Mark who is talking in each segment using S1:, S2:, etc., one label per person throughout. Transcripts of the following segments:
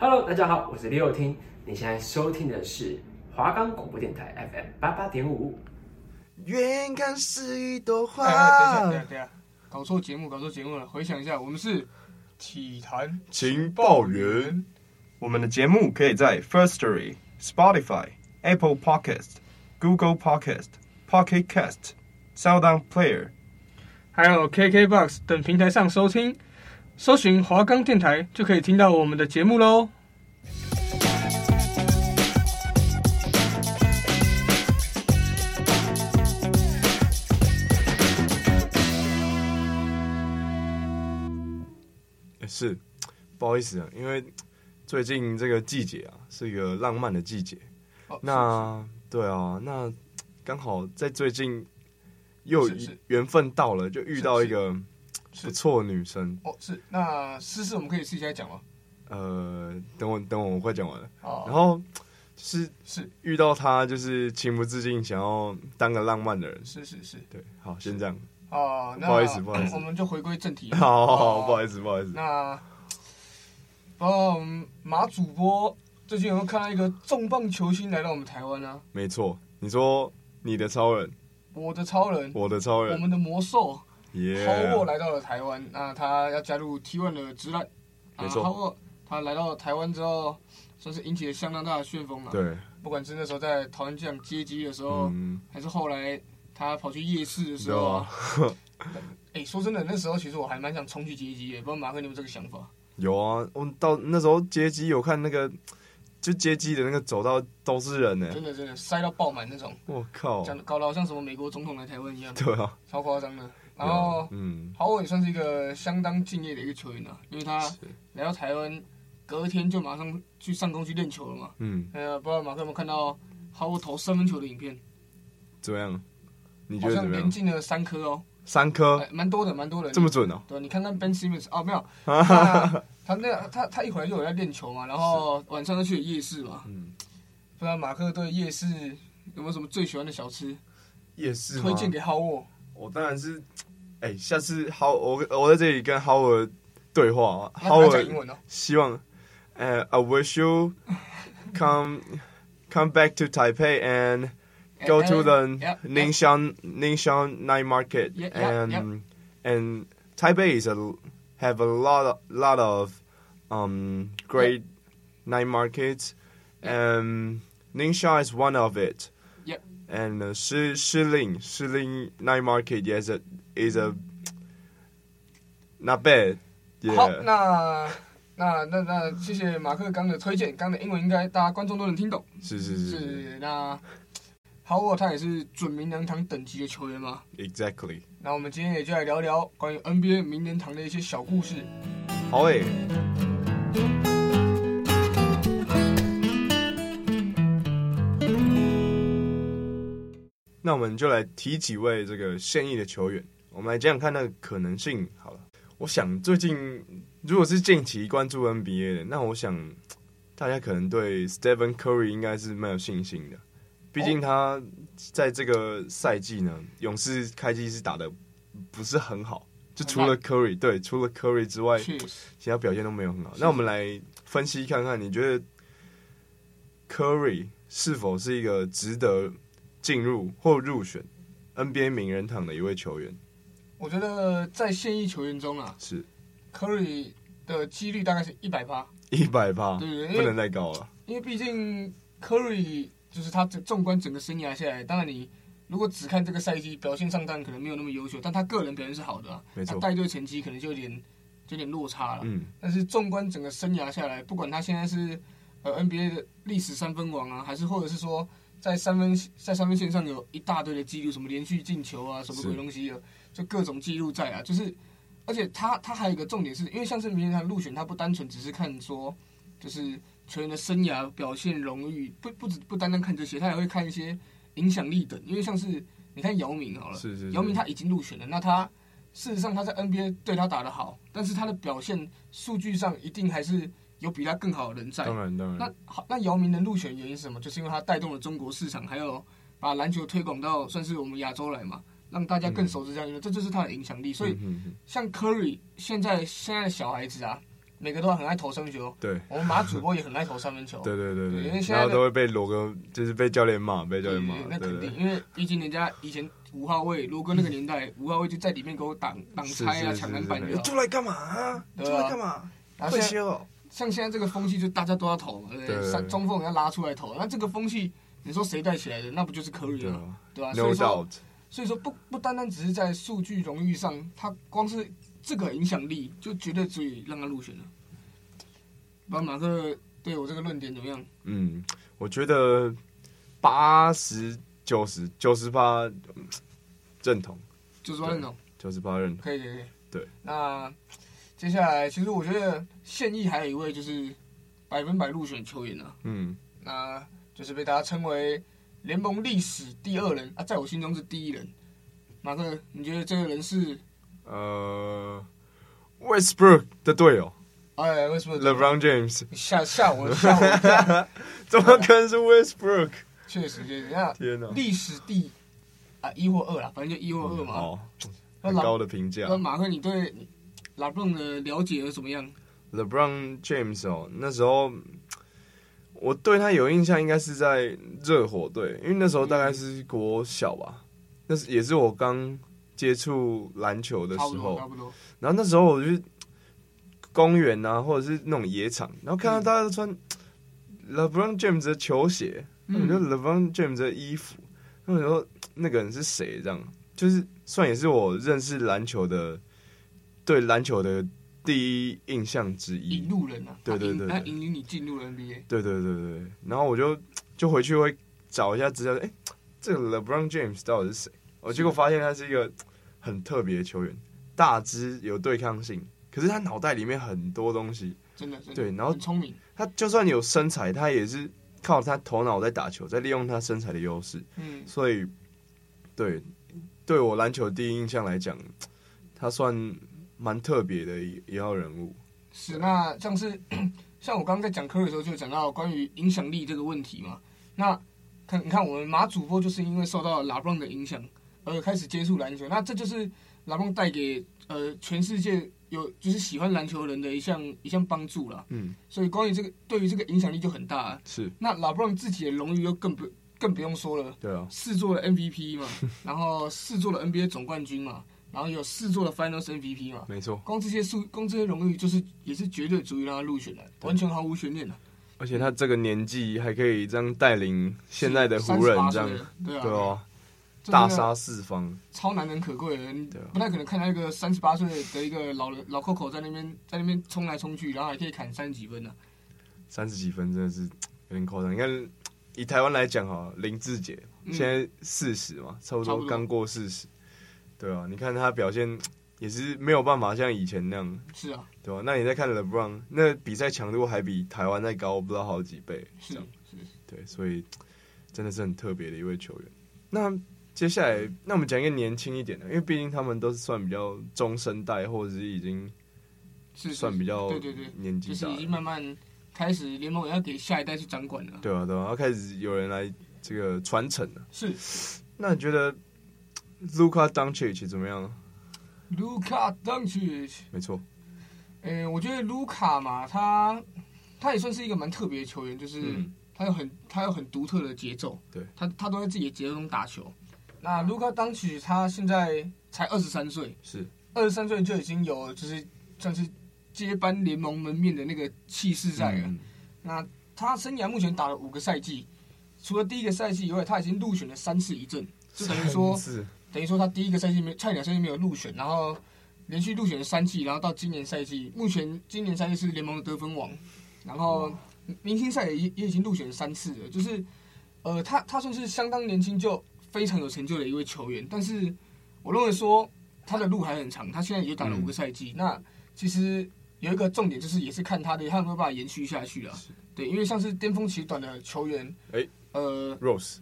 S1: Hello，大家好，我是李友听，你现在收听的是华冈广播电台 FM 八八点五。
S2: 远看是一朵花。
S3: 哎等一下，等一下，等一下，搞错节目，搞错节目了。回想一下，我们是体坛
S2: 情
S3: 报员，
S4: 我们的节目可以在 First Story、Spotify、Apple Podcast、Google Podcast、Pocket Cast、Sound On Player。
S3: 还有 KKBox 等平台上收听，搜寻华冈电台就可以听到我们的节目喽。
S2: 是，不好意思啊，因为最近这个季节啊，是一个浪漫的季节。
S3: 哦
S2: 那对啊，那刚好在最近又
S3: 是是
S2: 缘分到了，就遇到
S3: 是
S2: 一个
S3: 是
S2: 不错的女生。
S3: 哦是，那诗诗我们可以私下来讲吗？
S2: 呃，等我等我，我快讲完了。
S3: 哦，
S2: 然后是
S3: 是
S2: 遇到她，就是情不自禁想要当个浪漫的人。
S3: 是是是，
S2: 对，好，先这样。
S3: 哦，那
S2: 不好意思不好意思
S3: 我们就回归正题。
S2: 好好好，
S3: 哦
S2: 不好意思，不好意思。
S3: 那，嗯，马主播最近有没有看到一个重磅球星来到我们台湾啊？
S2: 没错，你说你的超人，
S3: 我的超人，
S2: 我的超
S3: 我
S2: 人，
S3: 们的魔兽。
S2: 耶！
S3: 豪沃来到了台湾，那他要加入 T1 的直男，啊，
S2: 没错
S3: 豪沃他来到台湾之后，算是引起了相当大的旋风了。，
S2: 对，
S3: 不管是那时候在桃园机场接机的时候，
S2: 嗯，
S3: 还是后来他跑去夜市的时
S2: 有
S3: 候
S2: 啊
S3: 啊，哎、说真的，那时候其实我还蛮想冲去接机的，不知道马克你有没有这个想法？
S2: 有啊，我到那时候接机有看那个，就接机的那个走道都是人呢、
S3: 真的真的塞到爆满那种，
S2: 我靠，
S3: 讲得搞得好像什么美国总统来台湾一样，
S2: 哦对啊，
S3: 超夸张的。然
S2: 有啊
S3: 后
S2: 嗯，
S3: 豪沃也算是一个相当敬业的一个球员啊，因为他
S2: 是
S3: 来到台湾，隔天就马上去上工去练球了嘛。
S2: 嗯，
S3: 呃，不知道马克有没有看到豪沃投三分球的影片？
S2: 怎么样？你觉
S3: 好
S2: 得
S3: 像
S2: 怎么
S3: 连
S2: 样？
S3: 进了三颗哦，
S2: 三颗
S3: 哎，蛮多的，蛮多的。
S2: 这么准哦、
S3: 对，你看看 Ben Simmons 哦，没有，那他那他他一回来就有在练球嘛，然后晚上就去了夜市嘛。
S2: 嗯，
S3: 不知道马克对夜市有没有什么最喜欢的小吃
S2: 也是
S3: 推荐给豪沃？
S2: 我当然是，哎、下次好，我我在这里跟 Howard 对话
S3: 那他讲
S2: ，Howard
S3: 英文哦。
S2: 希望，呃、i wish you come come back to Taipei and
S3: 哎
S2: go to the
S3: Yeah, yeah.
S2: Ningxiang Ningxiang night market
S3: Yeah, yeah,
S2: and and Taipei is a have a lot of, lot of um great night markets and Ningxia is one of it.
S3: Yeah.
S2: And uh, Shi Shiling Shiling night market yes it is a not bad.
S3: 好，
S2: Yeah.
S3: 那那那那，谢谢马克刚的推荐，刚的英文应该大家观众都能听懂。
S2: 是是是是
S3: 是那豪沃他也是准名人堂等级的球员嘛。
S2: ，exactly。
S3: 那我们今天也就来聊聊关于 NBA 名人堂的一些小故事。
S2: 好诶、那我们就来提几位这个现役的球员，我们来讲讲看那个可能性好了。我想最近如果是近期关注 NBA 的，那我想大家可能对 Stephen Curry 应该是蛮有信心的，毕竟他在这个赛季呢，勇士开季是打的不是很好，就除了 Curry 对，除了 Curry 之外，
S3: 确实，
S2: 其他表现都没有很好。那我们来分析看看，你觉得 Curry 是否是一个值得进入或入选 NBA 名人堂的一位球员？
S3: 我觉得在现役球员中啊
S2: 是
S3: ，Curry 的几率大概是一百趴，
S2: 一百八，
S3: 对对对
S2: 不能再高了。
S3: 因为毕竟 Curry 就是他整纵观整个生涯下来，当然你如果只看这个赛季表现上，当然可能没有那么优秀，但他个人表现是好的、啊，
S2: 没错
S3: 他带队成绩可能就有点就有点落差了。
S2: 嗯，
S3: 但是纵观整个生涯下来，不管他现在是呃 NBA 的历史三分王啊，还是或者是说在三分在三分线上有一大堆的记录，什么连续进球啊，什么
S2: 是
S3: 鬼东西的，就各种记录在啊，就是而且他他还有一个重点是，因为像是名人堂入选，他不单纯只是看说就是球员的生涯表现、荣誉，不不只不单单看这些，他也会看一些影响力等，因为像是你看姚明好了，
S2: 是是是
S3: 姚明他已经入选了，那他事实上他在 NBA 对他打得好，但是他的表现数据上一定还是有比他更好的人在。
S2: 当然当
S3: 那
S2: 然，
S3: 好，那姚明能入选原因是什么？就是因为他带动了中国市场，还有把篮球推广到算是我们亚洲来嘛，让大家更
S2: 嗯
S3: 熟知这样一个，这就是他的影响力。所以
S2: 嗯哼哼
S3: 像 Curry 现在现在的小孩子啊，每个都很爱投生球，
S2: 对
S3: 我们马主播也很爱投三分球，
S2: 对对对
S3: 对因为现在
S2: 然后
S3: 的
S2: 都会被罗哥就是被教练骂，被教练骂，
S3: 那
S2: 对
S3: 肯
S2: 对
S3: 定，因为毕竟人家以前五号位，罗哥那个 年代，五号位就在里面给我挡挡
S2: 是
S3: 拆啊、
S2: 是
S3: 抢
S2: 是
S3: 篮板
S2: 是
S3: 就
S2: 你
S3: 好。
S2: 出来干嘛啊？
S3: 对啊
S2: 出来干嘛？
S3: 然后
S2: 退
S3: 现在
S2: 休哦？
S3: 像现在这个风气，就大家都要投嘛，对不
S2: 对
S3: 对？三中锋要拉出来投，那这个风气，你说谁带起来的？那不就是科瑞
S2: 对
S3: 吗？
S2: 啊
S3: 对吧？所
S2: ，No
S3: 以说，
S2: doubt，
S3: 所以说不不单单只是在数据荣誉上，他光是这个影响力就绝对足以让他入选了。不知道马克对我这个论点怎么样？
S2: 嗯，我觉得八十九十九十八认同，
S3: 就是说那种。
S2: 九十八认同，
S3: 可以可以可以。
S2: 对，
S3: 那接下来其实我觉得现役还有一位就是百分百入选球员啊，
S2: 嗯，
S3: 那就是被大家称为联盟历史第二人啊，在我心中是第一人。马克，你觉得这个人是？
S2: 呃，Westbrook 的队友
S3: 哎，为什么
S2: LeBron James，
S3: 你吓吓我吓我一跳？
S2: 怎么可能是 Westbrook？
S3: 确实确实，那
S2: 天哪！
S3: 历史第啊一或二啦，反正就一或二
S2: 嗯
S3: 嘛。
S2: 好，
S3: 那
S2: 哦很
S3: 老
S2: 高的评价。
S3: 那马克，你对拉布隆的了解怎么样？
S2: LeBron James 哦，那时候我对他有印象，应该是在热火队，因为那时候大概是国小吧，那是也是我刚接触篮球的时
S3: 差不多差
S2: 候。
S3: 不多。
S2: 然后那时候我就公园啊，或者是那种野场，然后看到大家都穿 LeBron James 的球鞋，我觉得
S3: 嗯
S2: LeBron James 的衣服，那时候那个人是谁？这样就是算也是我认识篮球的对篮球的第一印象之一
S3: 引。路人啊，
S2: 对对对
S3: 他引他
S2: 对
S3: 引领你进入了 NBA。
S2: 对对对对，然后我就就回去会找一下资料，哎、这个 LeBron James 到底是谁？我结果发现他是一个很特别的球员，大只有对抗性，可是他脑袋里面很多东西，
S3: 真的，真的
S2: 对然后
S3: 很聪明，
S2: 他就算有身材，他也是靠他头脑在打球，在利用他身材的优势。
S3: 嗯，
S2: 所以，对，对我篮球第一印象来讲，他算蛮特别的一一号人物。
S3: 是那像是 像我刚刚在讲科的时候，就讲到关于影响力这个问题嘛。那看你看我们马主播就是因为受到拉布朗的影响而开始接触篮球，那这就是拉布朗带给呃全世界有就是喜欢篮球人的一项一项帮助啦。
S2: 嗯，
S3: 所以关于这个对于这个影响力就很大啊、
S2: 是，
S3: 那拉布朗自己的荣誉又更不更不用说了。
S2: 对啊，
S3: 四座的 MVP 嘛，然后四座的 NBA 总冠军嘛，然后有四座的 Finals MVP 嘛，
S2: 没错。
S3: 光这些数，光这些荣誉，就是也是绝对足以让他入选的，完全毫无悬念的。
S2: 而且他这个年纪还可以这样带领现在的湖人
S3: 38
S2: 这样，
S3: 岁了，对啊，
S2: 对哦、
S3: 这真
S2: 大
S3: 的
S2: 杀四方。
S3: 超难能可贵的，你
S2: 对啊
S3: 不太可能看到一个三十八岁的一个老人老 Coco 在那边在那边冲来冲去，然后还可以砍三十几分呢、
S2: 三十几分真的是有点夸张。你看，以台湾来讲哈，林志杰
S3: 嗯
S2: 现在四十嘛，差不
S3: 差
S2: 多
S3: 不多
S2: 刚过四十，对啊，你看他表现也是没有办法像以前那样，
S3: 是啊，
S2: 对吧、那你再看 LeBron，那比赛强度还比台湾再高，不知道好几倍，
S3: 是
S2: 这样
S3: 是，
S2: 对，所以真的是很特别的一位球员。那接下来，那我们讲一个年轻一点的，因为毕竟他们都是算比较中生代，或者是已经
S3: 是是
S2: 算比较
S3: 对对对，
S2: 年纪大
S3: 就是
S2: 了，
S3: 已经慢慢开始联盟也要给下一代去掌管了。
S2: 对啊，对啊，然后开始有人来这个传承了。
S3: 是
S2: 那你觉得 Luka Doncic 怎么样？
S3: Luka Doncic，
S2: 没错，
S3: 呃，我觉得卢卡嘛，他他也算是一个蛮特别的球员，就是
S2: 嗯
S3: 他有很他有很独特的节奏，
S2: 对
S3: 他他都在自己的节奏中打球。那卢卡当曲他现在才二十三岁，
S2: 是
S3: 二十三岁就已经有就是算是接班联盟门面的那个气势在了。
S2: 嗯
S3: 那他生涯目前打了五个赛季，除了第一个赛季以外，他已经入选了三次一阵，就等于说
S2: 是
S3: 等于说他第一个赛季没差一点赛季没有入选，然后连续入选了三季，然后到今年赛季，目前今年赛季是联盟的得分王，然后明星赛也已也已经入选了三次了，就是呃，他他算是相当年轻就非常有成就的一位球员，但是我认为说他的路还很长，他现在也就打了五个赛季，那其实有一个重点就是也是看他的他有没有办法延续下去啊，对，因为像是巅峰期短的球员，
S2: 哎
S3: 呃，
S2: Rose，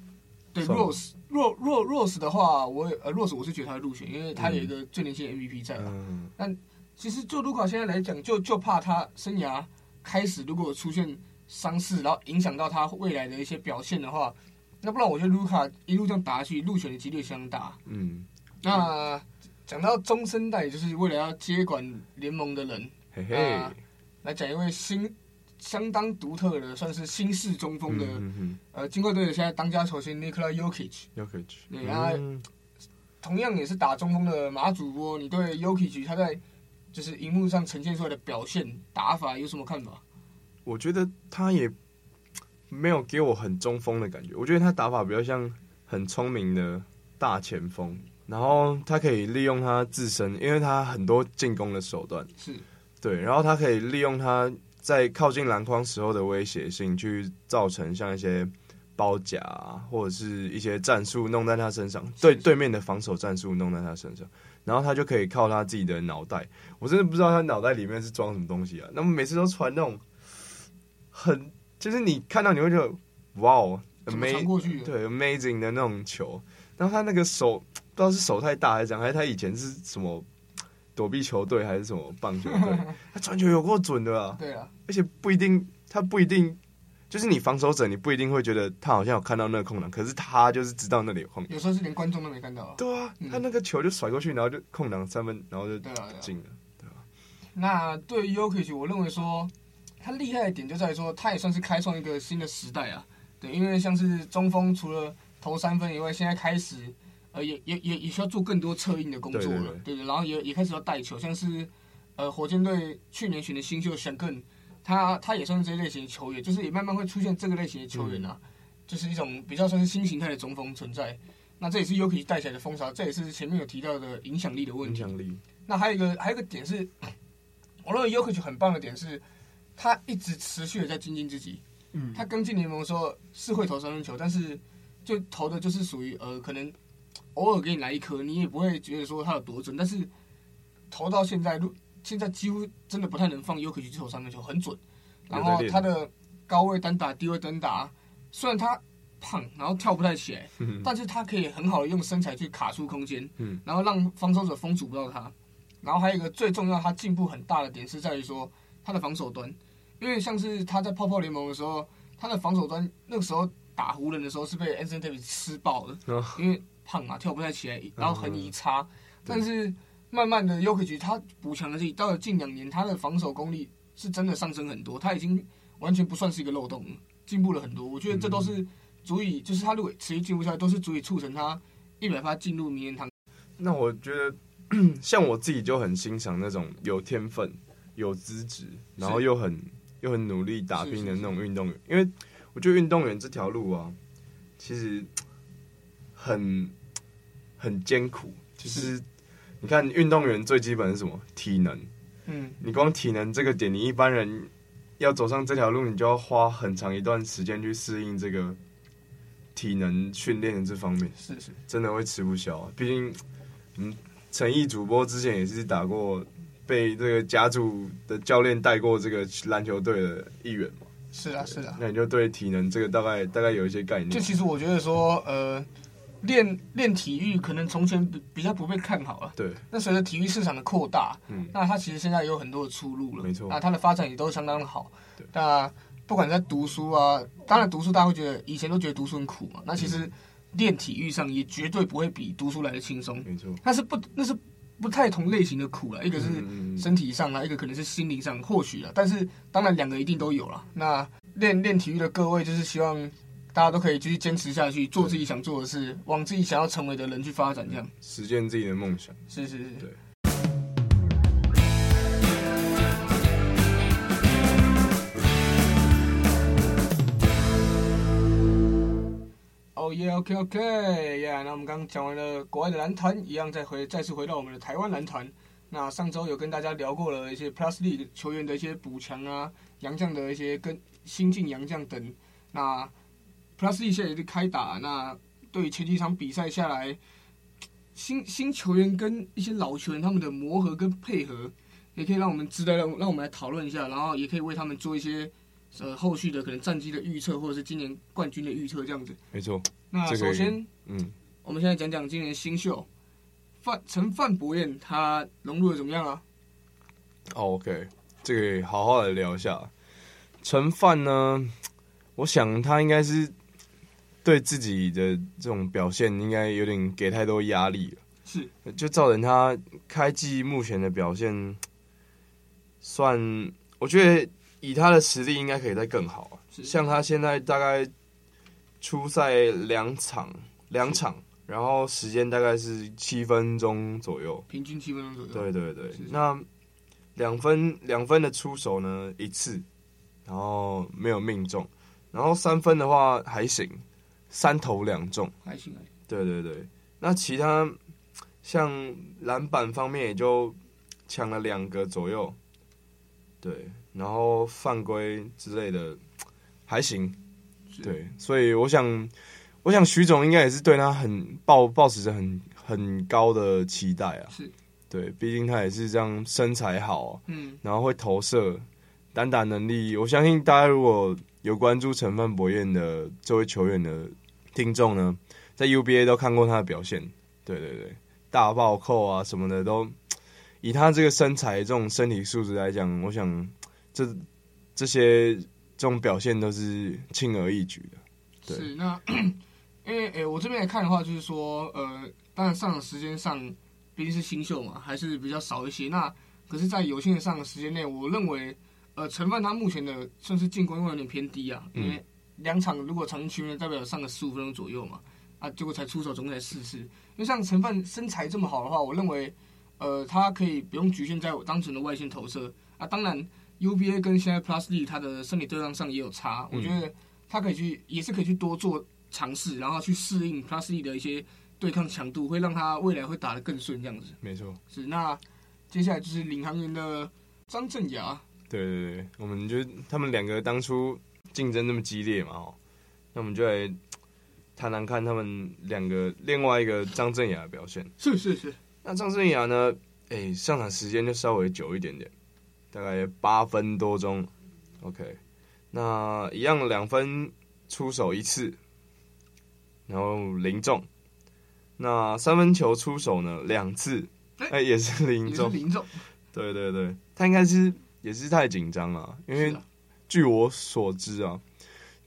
S3: 对
S2: 算吗
S3: ，Rose，若若 Rose 的话，我也呃 Rose 我是觉得他会入选，因为他有一个最年轻的 MVP 在嘛。
S2: 嗯，
S3: 其实就卢卡现在来讲，就就怕他生涯开始如果出现伤势，然后影响到他未来的一些表现的话，那不然我觉得卢卡一路这样打下去，入选的几率相当大。
S2: 嗯，
S3: 那讲到中生代，就是为了要接管联盟的人，
S2: 嘿嘿，
S3: 啊来讲一位新相当独特的，算是新式中锋的、
S2: 嗯嗯
S3: 呃，金块队的现在当家球星 Nikola Jokic，
S2: y o k i c
S3: 对啊
S2: 嗯
S3: 同样也是打中锋的马主播，你对 Yokic 他在就是荧幕上呈现出来的表现打法有什么看法？
S2: 我觉得他也没有给我很中锋的感觉，我觉得他打法比较像很聪明的大前锋，然后他可以利用他自身，因为他很多进攻的手段，
S3: 是
S2: 对，然后他可以利用他在靠近篮筐时候的威胁性，去造成像一些包夹啊或者是一些战术弄在他身上，对对面的防守战术弄在他身上，然后他就可以靠他自己的脑袋。我真的不知道他脑袋里面是装什么东西啊！那么每次都传那种很，就是你看到你会觉得哇哦
S3: 怎么
S2: ，amazing
S3: 传过去的？
S2: 对 amazing 的那种球，然后他那个手不知道是手太大还是怎样，还是他以前是什么躲避球队还是什么棒球队， 他传球有够准的啊！
S3: 对啊，
S2: 而且不一定，他不一定就是你防守者，你不一定会觉得他好像有看到那个空档，可是他就是知道那里有空档。
S3: 有时候是连观众都没看到啊。
S2: 对啊，
S3: 嗯
S2: 他那个球就甩过去，然后就空档三分，然后就
S3: 对啊，对啊。
S2: 进了。
S3: 那对 Yokic，我认为说他厉害的点就在于说，他也算是开创一个新的时代啊。对，因为像是中锋除了投三分以外，现在开始呃也也也也需要做更多策应的工作了，
S2: 对对
S3: 对然后也也开始要带球，像是呃火箭队去年选的新秀 s h a n g e n 他他也算是这类型的球员，就是也慢慢会出现这个类型的球员啊，
S2: 嗯
S3: 就是一种比较算是新形态的中锋存在。那这也是 Yokic 带起来的风潮，这也是前面有提到的影响力的问
S2: 影
S3: 题。
S2: 响力，
S3: 那还有一个还有一个点是，我认为 y o k i c 很棒的点是，他一直持续的在精进自己。
S2: 嗯
S3: 他刚进联盟的时候是会投三分球，但是就投的就是属于呃，可能偶尔给你来一颗，你也不会觉得说他有多准。但是投到现在，如现在几乎真的不太能放 y o k i c 去投三分球，很准。然后
S2: 有在练
S3: 他的高位单打、低位单打，虽然他胖，然后跳不太起来，
S2: 嗯
S3: 但是他可以很好的用身材去卡出空间，
S2: 嗯
S3: 然后让防守者封阻不到他。然后还有一个最重要，他进步很大的点是在于说他的防守端，因为像是他在泡泡联盟的时候，他的防守端那个时候打湖人的时候是被 Anthony Davis 吃爆的，
S2: 哦嗯
S3: 因为胖嘛跳不太起来，然后横移差。
S2: 对
S3: 但是慢慢的 y o k i c 他补强了自己，到了近两年他的防守功力是真的上升很多，他已经完全不算是一个漏洞了，进步了很多。我觉得这都是足以，就是他如果持续进步下来，都是足以促成他一百发进入名人堂。
S2: 那我觉得， 像我自己就很欣赏那种有天分、有资质，然后又很又很努力打拼的那种运动员，因为我觉得运动员这条路啊，其实很很艰苦。就是你看，运动员最基本是什么？体能。
S3: 嗯，
S2: 你光体能这个点，你一般人要走上这条路，你就要花很长一段时间去适应这个体能训练这方面。
S3: 是是，
S2: 真的会吃不消啊。毕竟，嗯，陈毅主播之前也是打过，被这个甲组的教练带过这个篮球队的一员嘛。
S3: 是啊是啊。
S2: 那你就对体能这个大概大概有一些概念。
S3: 就其实我觉得说，呃，练练体育可能从前比比较不被看好啊了。
S2: 对，
S3: 那随着体育市场的扩大，
S2: 嗯
S3: 那它其实现在有很多的出路了，
S2: 没错
S3: 那它的发展也都相当的好
S2: 对。
S3: 那不管在读书啊，当然读书大家会觉得以前都觉得读书很苦嘛，那其
S2: 嗯
S3: 实练体育上也绝对不会比读书来的轻松，
S2: 没错。
S3: 那是不那是不太同类型的苦了，一个是
S2: 嗯嗯嗯
S3: 身体上啊，一个可能是心灵上，或许啊，但是当然两个一定都有了。那练练体育的各位，就是希望大家都可以继续坚持下去，做自己想做的事，往自己想要成为的人去发展，这样
S2: 实践自己的梦想。
S3: 是是是。
S2: 对
S3: 哦耶，OK OK，呀、yeah,，那我们刚刚讲完了国外的篮坛，一样再回再次回到我们的台湾篮坛。那上周有跟大家聊过了一些 Plus League 球员的一些补强啊，洋将的一些跟新晋洋将等。那 Plus League 现在也是开打，那对于前几场比赛下来，新新球员跟一些老球员他们的磨合跟配合，也可以让我们值得让让我们来讨论一下，然后也可以为他们做一些呃后续的可能战绩的预测，或者是今年冠军的预测这样子。
S2: 没错。
S3: 那
S2: 这个
S3: 首
S2: 也
S3: 先，
S2: 嗯，
S3: 我们现在讲讲今年新秀范陈范博彦，他融入的怎么样啊？
S2: 哦，OK，这个也好好的聊一下。陈范呢，我想他应该是对自己的这种表现应该有点给太多压力了。
S3: 是
S2: 就造成他开季目前的表现，算我觉得以他的实力，应该可以再更好啊。
S3: 是
S2: 像他现在大概初赛两场，两场，然后时间大概是七分钟左右。
S3: 平均七分钟左右。
S2: 对对对
S3: 是，
S2: 那两分两分的出手呢一次，然后没有命中，然后三分的话还行，三投两中。
S3: 还行还行。
S2: 对对对，那其他像篮板方面也就抢了两个左右，对，然后犯规之类的还行，
S3: 是
S2: 对，所以我想，我想徐总应该也是对他很抱抱持着很很高的期待啊，
S3: 是，
S2: 对，毕竟他也是这样身材好、啊
S3: 嗯，
S2: 然后会投射，单打能力，我相信大家如果有关注陈范博彦的这位球员的听众呢，在 UBA 都看过他的表现，对对对，大暴扣啊什么的都，以他这个身材这种身体素质来讲，我想这这些这种表现都是轻而易举的，对
S3: 是那因为诶、我这边来看的话，就是说呃，当然上场时间上毕竟是新秀嘛，还是比较少一些。那可是，在有限的上场时间内，我认为呃，陈范他目前的算是进攻用有点偏低啊，因为两场如果长期呢，代表上个十五分钟左右嘛，啊，结果才出手总共才四次。因为像陈范身材这么好的话，我认为呃，他可以不用局限在我单纯的外线投射啊。当然，UBA 跟现在 Plus D 它的身体对抗上也有差，我觉得他可以去也是可以去多做尝试，然后去适应 Plus D 的一些对抗强度，会让他未来会打得更顺这样子。
S2: 没错，
S3: 是那接下来就是领航员的张镇雅，
S2: 对对对，我们就他们两个当初竞争那么激烈嘛，哦，那我们就来谈谈看他们两个另外一个张镇雅的表现。
S3: 是是是，
S2: 那张镇雅呢？诶，上场时间就稍微久一点点，大概八分多钟。OK，那一样两分出手一次，然后零中。那三分球出手呢两次，
S3: 诶
S2: 哎、也是零
S3: 也是
S2: 中。
S3: 林总，
S2: 对对对，他应该是也是太紧张了，因为
S3: 是啊
S2: 据我所知啊，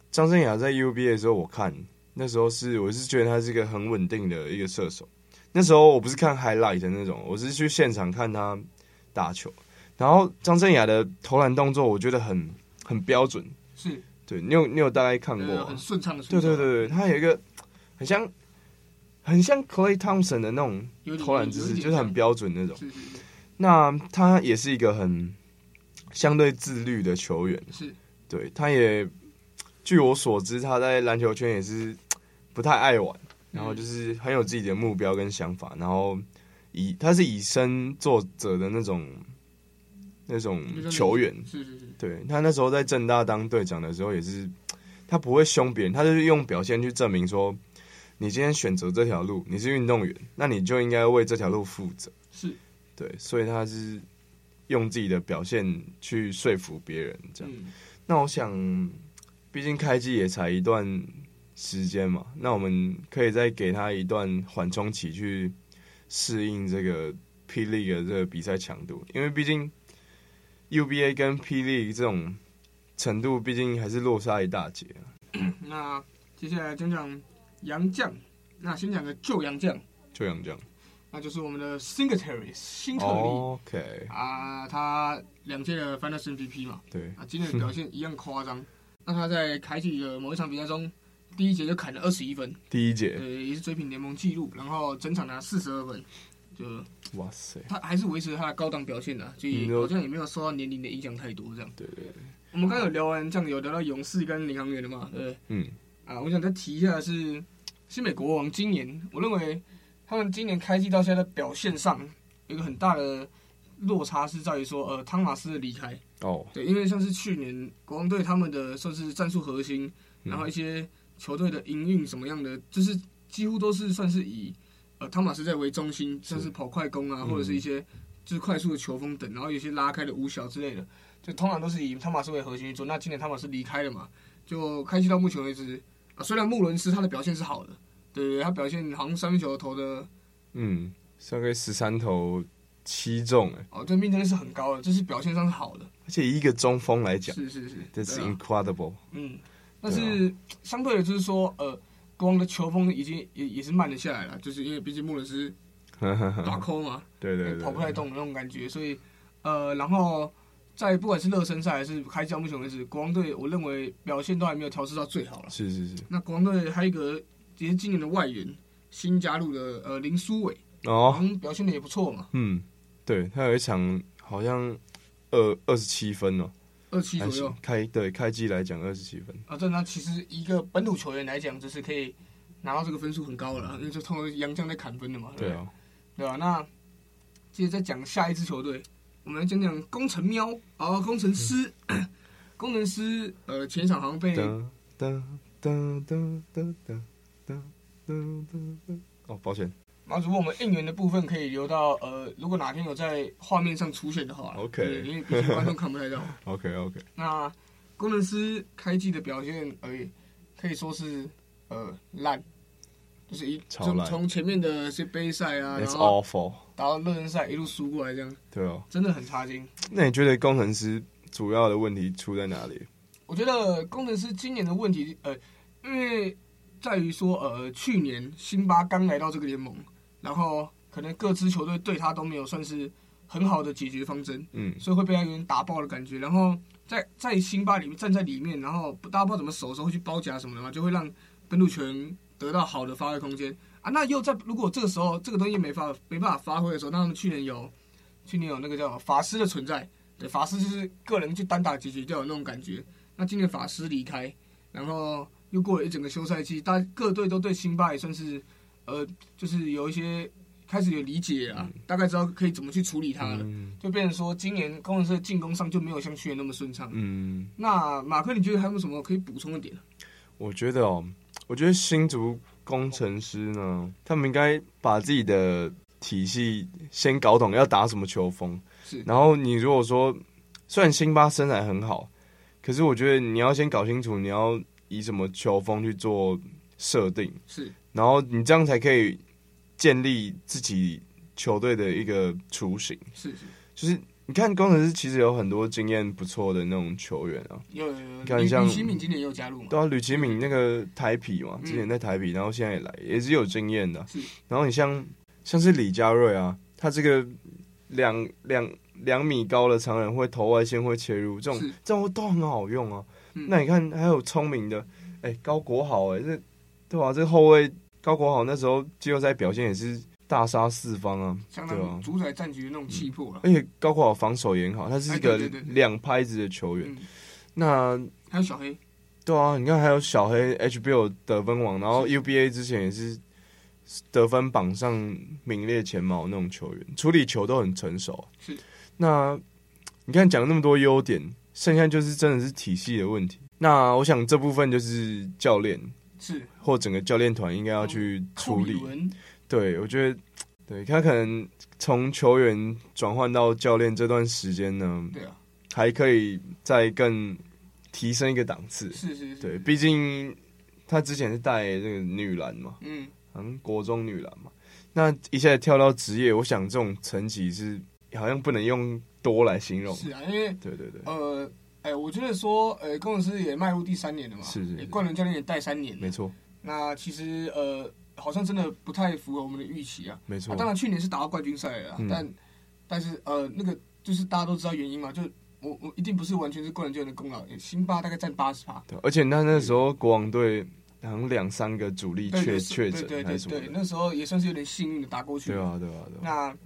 S2: 张镇雅在 UBA 的时候，我看那时候是我是觉得他是一个很稳定的一个射手。那时候我不是看 highlight 的那种，我是去现场看他打球。然后张镇雅的投篮动作，我觉得很很标准。
S3: 是
S2: 对你有你有大概看过、
S3: 呃
S2: 啊
S3: 很？顺畅的出
S2: 对对
S3: 手，
S2: 对对，他有一个很像很像 Clay Thompson 的那种
S3: 有点
S2: 投篮姿势，就是很，标准那种
S3: 有。点像是
S2: 那他也是一个很相对自律的球员，
S3: 是是
S2: 对，他也据我所知，他在篮球圈也是不太爱玩，然后就是很有自己的目标跟想法，然后以他是以身作则的那种那种
S3: 是
S2: 嗯球员，
S3: 是是是
S2: 对他那时候在正大当队长的时候，也是他不会凶别人，他就是用表现去证明说，你今天选择这条路，你是运动员，那你就应该为这条路负责。
S3: 是，
S2: 对，所以他是用自己的表现去说服别人这样。
S3: 嗯，
S2: 那我想，毕竟开机也才一段时间嘛，那我们可以再给他一段缓冲期去适应这个 P League 的这个比赛强度，因为毕竟 UBA 跟 P League 这种程度，毕竟还是落差一大截啊。
S3: 那接下来讲讲杨绛，那先讲个旧杨绛，
S2: 就想这样。
S3: 那就是我们的 Singletary 新特利。
S2: 哦 OK，
S3: 啊，他两届的 Finals MVP 嘛，
S2: 对，
S3: 啊，今天的表现一样夸张。那他在开季的某一场比赛中，第一节就砍了二十一分，
S2: 第一节，
S3: 对，也是追平联盟纪录，然后整场拿四十二分，就
S2: 哇塞，
S3: 他还是维持他的高档表现的、啊，所以
S2: 嗯
S3: 好像也没有受到年龄的影响太多这样。
S2: 对对对，
S3: 我们刚刚有聊完这样，有聊到勇士跟领航员的嘛，对不对
S2: 嗯，
S3: 啊，我想再提一下的是新美国王今年，我认为他们今年开季到现在的表现上有一个很大的落差，是在于说呃汤马斯的离开。
S2: 哦，
S3: 对，因为像是去年国王队他们的算是战术核心，
S2: 嗯
S3: 然后一些球队的营运什么样的，就是几乎都是算是以呃汤马斯在为中心，像是跑快攻
S2: 嗯
S3: 啊，或者是一些就是快速的球风等，然后有些拉开的五小之类的，就通常都是以汤马斯为核心去做。那今年汤马斯离开了嘛，就开季到目前为止啊，虽然穆伦斯他的表现是好的，对对，对他表现好像三分球投的
S2: 嗯，上个十三投七中，哎，
S3: 哦，这命中率是很高的，就是表现上是好的，
S2: 而且以一个中锋来讲。
S3: 是是是，
S2: 这是
S3: 对啊
S2: incredible，
S3: 嗯，但
S2: 啊
S3: 是相对的，就是说，呃，国王的球风已经也也是慢了下来了，就是因为毕竟穆伦斯打扣嘛，
S2: 对对
S3: 也
S2: 嗯对，
S3: 跑不太动的那种感觉，所以呃，然后在不管是热身赛还是开季到目前为止，国王队我认为表现都还没有调试到最好了。
S2: 是是是，
S3: 那国王队还有一个也是今年的外援新加入的呃林书伟，好
S2: 哦，
S3: 像表现的也不错嘛，
S2: 嗯，对他有一场好像二二十七分哦，
S3: 二七
S2: 还
S3: 左
S2: 行
S3: 右。
S2: 开对开季来讲二十七分，
S3: 啊，这那其实一个本土球员来讲，就是可以拿到这个分数很高了啦，因为就通常洋将在砍分的嘛。
S2: 对
S3: 不
S2: 啊，
S3: 对吧、那接着再讲下一支球队，我们来讲讲工程喵哦，工程师，
S2: 嗯
S3: 工程师呃前一场好像被
S2: 噔噔噔噔噔噔噔噔噔噔，哦，抱歉
S3: 马主播，我们应援的部分可以留到呃，如果哪天有在画面上出现的话啦
S2: OK
S3: 对因为毕竟观众看不 太到。
S2: ，OK OK，
S3: 那工程师开季的表现而已，可以说是呃烂，就是一
S2: 超
S3: 从
S2: 烂
S3: 从前面的些杯赛啊，然
S2: it's
S3: 后
S2: awful，
S3: 打到热身赛一路输过来，这样
S2: 对哦，
S3: 真的很差劲。
S2: 那你觉得工程师主要的问题出在哪里？
S3: 我觉得工程师今年的问题，呃，因为在于说，呃，去年辛巴刚来到这个联盟，然后可能各支球队对他都没有算是很好的解决方针，
S2: 嗯
S3: 所以会被他有点打爆的感觉。然后在在辛巴里面站在里面，然后大家不知道怎么守的时候会去包夹什么的嘛，就会让本土球员得到好的发挥空间啊。那又在如果这个时候这个东西没法没办法发挥的时候，那他们去年有去年有那个叫法师的存在，对，法师就是个人去单打解决掉的那种感觉。那今年法师离开，然后又过了一整个休赛季，大家各队都对辛巴也算是呃，就是有一些开始有理解啊，大概知道可以怎么去处理他了。
S2: 嗯
S3: 就变成说，今年工程师的进攻上就没有像去年那么顺畅。
S2: 嗯。
S3: 那马克，你觉得还有没有什么可以补充的点？
S2: 我觉得哦，我觉得新竹工程师呢，他们应该把自己的体系先搞懂要打什么球风。
S3: 是
S2: 然后你如果说，虽然辛巴身材很好，可是我觉得你要先搞清楚你要以什么球风去做设定，
S3: 是
S2: 然后你这样才可以建立自己球队的一个雏形。
S3: 是是，
S2: 就是你看工程师其实有很多经验不错的那种球员啊，
S3: 有有有，
S2: 看
S3: 吕
S2: 像
S3: 吕新敏今年也有加入嘛？
S2: 对啊，吕其敏那个台匹嘛，
S3: 嗯
S2: 之前在台匹，然后现在也来，也是有经验的
S3: 是。
S2: 然后你像像是李佳瑞啊，他这个两两两米高的常人会投外线会切入，这种
S3: 是
S2: 这种都很好用啊。
S3: 嗯
S2: 那你看还有聪明的，哎、高国豪、哎，这对吧、这后卫高国豪那时候季后赛表现也是大杀四方啊，
S3: 相
S2: 对啊
S3: 当。主宰战局的那种气魄了。
S2: 而且高国豪防守也很好，他是一
S3: 哎
S2: 个
S3: 对对对对
S2: 两拍子的球员。
S3: 嗯，
S2: 那
S3: 还有小黑，
S2: 对啊，你看还有小黑 HBO 得分王，然后 UBA 之前也是得分榜上名列前茅那种球员，处理球都很成熟。啊
S3: 是，
S2: 那你看讲那么多优点，剩下就是真的是体系的问题。那我想这部分就是教练
S3: 是
S2: 或整个教练团应该要去
S3: 库
S2: 处
S3: 里
S2: 理。
S3: 文，
S2: 对，我觉得，对他可能从球员转换到教练这段时间呢，
S3: 对啊，
S2: 还可以再更提升一个档次。
S3: 是是是，
S2: 对，毕竟他之前是带那个女篮嘛，
S3: 嗯，
S2: 好像国中女篮嘛，那一下子跳到职业，我想这种层级是好像不能用多来形容。
S3: 是啊，因为
S2: 对对对，
S3: 呃，哎，我觉得说，呃，工程师也迈入第三年了嘛，
S2: 是是是
S3: 哎冠伦教练也带三年了，
S2: 没错
S3: 那其实呃，好像真的不太符合我们的预期啊。
S2: 没错
S3: 啊，，当然去年是打到冠军赛了啦，啊
S2: 嗯
S3: 但但是呃，那个就是大家都知道原因嘛，就我我一定不是完全是个人教练的功劳，辛巴大概占八十趴，
S2: 对而且那那时候国王队好像两三个主力
S3: 对
S2: 确
S3: 对
S2: 确
S3: 对
S2: 诊
S3: 对
S2: 还
S3: 对
S2: 是什么
S3: 对，
S2: 的，
S3: 那时候也算是有点幸运的打过去。
S2: 对啊对啊对啊，
S3: 那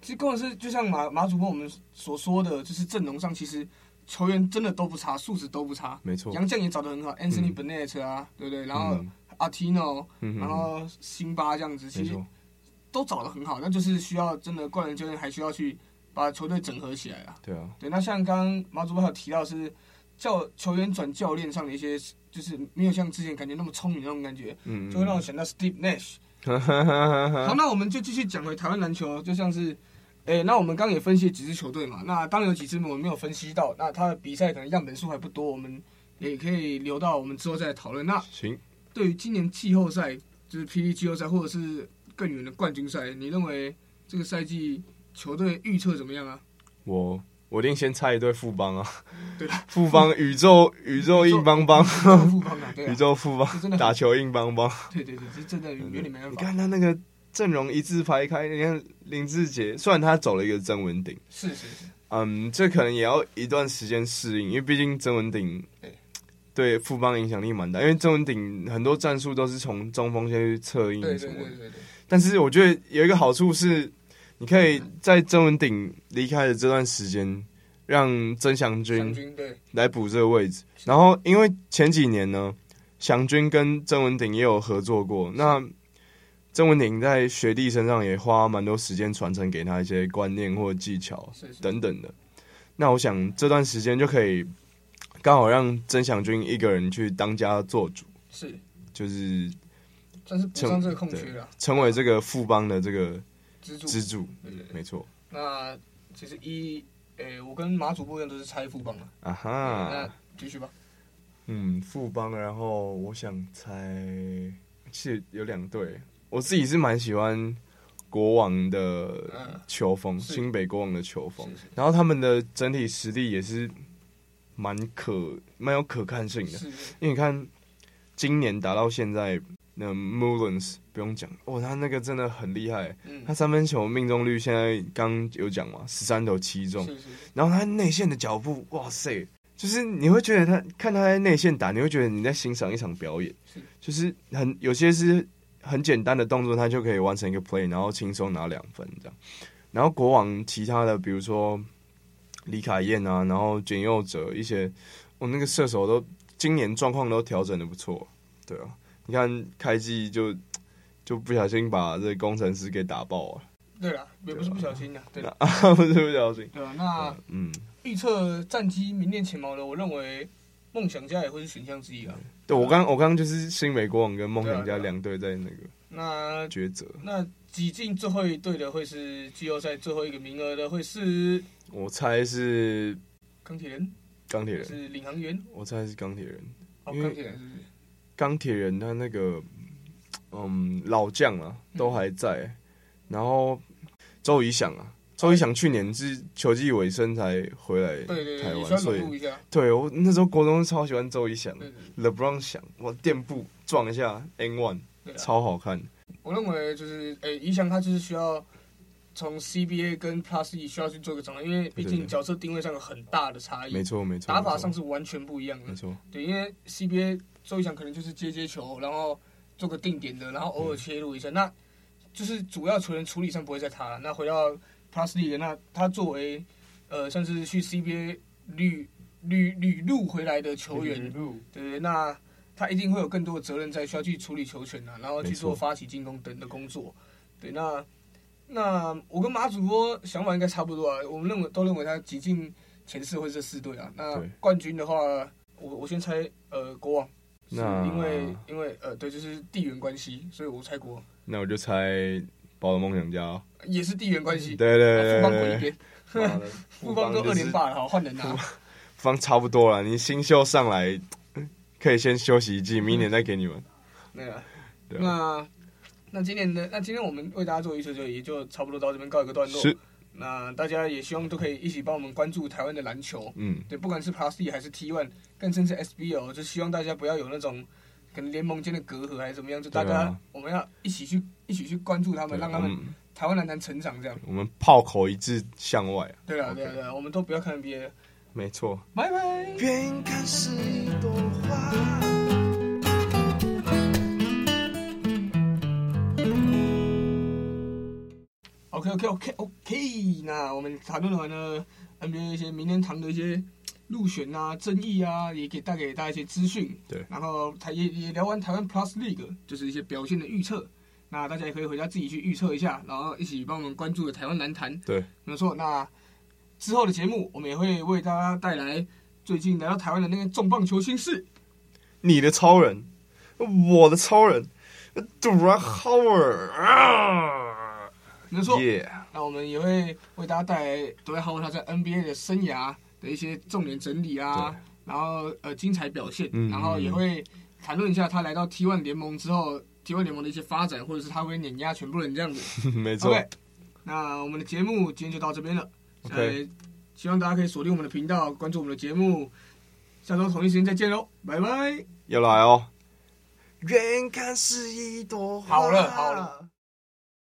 S3: 其实工程师就像马马主播我们所说的，就是阵容上其实球员真的都不差，素质都不差，
S2: 没错，
S3: 杨将也找得很好，Anthony
S2: 嗯
S3: Bennett 啊，对不对？然后
S2: 嗯
S3: Artino，
S2: 嗯嗯
S3: 然后辛巴这样子，
S2: 没
S3: 其实
S2: 错，
S3: 都找得很好，那就是需要真的冠伦教练还需要去把球队整合起来啊。
S2: 对啊
S3: 对，那像刚刚马主播还有提到是教球员转教练上的一些，就是没有像之前感觉那么聪明那种感觉，
S2: 嗯，
S3: 就会让我想到 Steve Nash。好，那我们就继续讲回台湾篮球，哦就像是，诶、那我们刚刚也分析了几支球队嘛，那当然有几支我们没有分析到，那他的比赛可能样本数还不多，我们也可以留到我们之后再讨论。那
S2: 行，
S3: 对于今年季后赛，就是霹雳季后赛或者是更远的冠军赛，你认为这个赛季球队预测怎么 样啊？
S2: 我我一定先猜一对富邦啊，
S3: 对吧？
S2: 富邦宇宙宇宙硬邦邦。
S3: 富邦啊，对啊
S2: 宇，宙富邦
S3: 这真的很
S2: 打球硬邦邦，
S3: 对对对，这真的有点没办
S2: 你
S3: 法。
S2: 看他那个阵容一字排开，你看林志杰，虽然他走了一个曾文鼎
S3: 是是是，
S2: 嗯，这可能也要一段时间适应，因为毕竟曾文鼎
S3: 对
S2: 对富邦影响力蛮大，因为曾文鼎很多战术都是从中锋先去策应
S3: 对
S2: 什
S3: 对
S2: 么的
S3: 对。对对，
S2: 但是我觉得有一个好处是，你可以
S3: 嗯
S2: 在曾文鼎离开的这段时间，让曾祥
S3: 湘
S2: 军
S3: 军对
S2: 来补这个位置。然后因为前几年呢，祥军跟曾文鼎也有合作过，那曾文鼎在学弟身上也花蛮多时间传承给他一些观念或技巧
S3: 是是
S2: 等等的。那我想这段时间就可以刚好让曾祥军一个人去当家做主，
S3: 是，
S2: 就是
S3: 算是补上这个空缺了，
S2: 成为这个富邦的这个
S3: 支柱。
S2: 支柱。
S3: 对对对，
S2: 没错，
S3: 那其实一，诶，我跟马主播一样都是拆副帮了，
S2: 啊
S3: 那
S2: 哈，
S3: 继续吧。
S2: 嗯，富邦，然后我想猜，其实有两队，我自己是蛮喜欢国王的
S3: 嗯，
S2: 球风，
S3: 是
S2: 新北国王的球风
S3: 是是，
S2: 然后他们的整体实力也是蛮可蛮有可看性的，
S3: 是
S2: 因为你看今年打到现在，那 Mullins 不用讲，哦，他那个真的很厉害，
S3: 嗯
S2: 他，三分球命中率现在刚有讲嘛，十三投七中，
S3: 是是是
S2: 然后他内线的脚步，哇塞，就是你会觉得他看他在内线打，你会觉得你在欣赏一场表演
S3: 是，
S2: 就是很有些是很简单的动作，他就可以完成一个 play，然后轻松拿两分这样。然后国王其他的，比如说李凯燕啊，然后简佑哲一些，我、那个射手都今年状况都调整的不错，对啊，你看开季就就不小心把这个工程师给打爆了，
S3: 对了，也不是不小心的，对
S2: 不是不小心，
S3: 对啊，那
S2: 嗯。
S3: 预测战绩名列前茅的，我认为梦想家也会是选项之一啊。
S2: 对我刚我刚刚就是新美国网跟梦想
S3: 对
S2: 家
S3: 啊对啊
S2: 两队在那个
S3: 那
S2: 抉择，
S3: 那挤进最后一队的会是季后赛最后一个名额的会是
S2: 我猜是
S3: 钢铁人，
S2: 钢铁人，
S3: 是领航员，
S2: 我猜是钢铁人，
S3: 哦，
S2: 因为
S3: 钢铁人是不是？
S2: 钢铁人他那个嗯老将啊都还在，然后周怡翔啊，周怡翔去年是球季尾声才回来
S3: 对对
S2: 台
S3: 对，也
S2: 湾，
S3: 算
S2: 所
S3: 融入
S2: 以嗯
S3: 一下，
S2: 对我那时候国中超喜欢周怡翔
S3: 对对
S2: ，LeBron 翔，我垫步撞一下 N one
S3: 对啊。
S2: 超好看，
S3: 我认为就是，诶、一翔他就是需要从 CBA 跟 Plus E 需要去做个转换，因为毕
S2: 对对
S3: 竟
S2: 对
S3: 角色定位上有很大的差异，
S2: 没错没错，
S3: 哎打法
S2: 没错
S3: 上是完全不一样
S2: 没
S3: 的。
S2: 错，
S3: 对，因为 CBA 周一翔可能就是接接球，然后做个定点的，然后偶
S2: 嗯
S3: 尔切入一下，那就是主要球员处理上不会在他了。那回到 Plus League，那他作为呃像是去 CBA 旅旅旅路回来的球员，对，那他一定会有更多的责任在，需要去处理球权啊，然后去做
S2: 没错
S3: 发起进攻等的工作。对，那那我跟马主播想法应该差不多啊，我们认为都认为他挤进前四或者这四队啊。那
S2: 对
S3: 冠军的话，我我先猜呃国王，是
S2: 那
S3: 因为因为呃对，就是地缘关系，所以我猜国王
S2: 那我就猜宝的梦想家哦、
S3: 也是地缘关系。
S2: 对
S3: 啊
S2: 对对
S3: 富邦滚一
S2: 对对
S3: 边，
S2: 妈的，
S3: 富邦都
S2: 就
S3: 二
S2: 是
S3: 连霸了，好换人啊！
S2: 富邦差不多了，你新秀上来可以先休息一季，明年再给你们。
S3: 对啊，
S2: 对啊，
S3: 那那今年的那今天我们为大家做预测就也就差不多到这边告一个段落。
S2: 是，
S3: 那大家也希望都可以一起帮我们关注台湾的篮球，
S2: 嗯，
S3: 对，不管是 Plus D 还是 T One，更甚至 SBL，就希望大家不要有那种可能联盟间的隔阂还是怎么样，就大
S2: 对
S3: 家、
S2: 啊
S3: 我们要一起去一起去关注他
S2: 对啊嗯
S3: 们，让他
S2: 我
S3: 们台湾男篮成长这样。
S2: 我们炮口一致向外啊，
S3: 对了
S2: OK
S3: 对了对了，我们都不要看 NBA，
S2: 没错。
S3: 拜拜。
S2: 远看是一朵花。
S3: OK OK OK OK，那我们谈论完了 NBA 一些明天堂的一些入选啊、争议啊，也给带给大家一些资讯。
S2: 对
S3: 然后台也也聊完台湾 Plus League，就是一些表现的预测。那大家也可以回家自己去预测一下，然后一起帮我们关注的台湾篮坛。
S2: 对，
S3: 没有错。那之后的节目，我们也会为大家带来最近来到台湾的那个重磅球星是
S2: 你的超人，我的超人，Durant Howard 啊，
S3: 没有错。
S2: 耶，
S3: 那我们也会为大家带来都会好他在 NBA 的生涯的一些重点整理啊
S2: 对，
S3: 然后呃精彩表现，
S2: 嗯
S3: 然后也会谈论一下他来到 T1 联盟之后，T1 联盟的一些发展，或者是他会碾压全部人这样 子。
S2: 没错
S3: OK，那我们的节目今天就到这边了。
S2: OK
S3: 呃希望大家可以锁定我们的频道，关注我们的节目。下周同一时间再见喽，拜拜。
S2: 要来哦。远看是一朵花。
S3: 好了好了。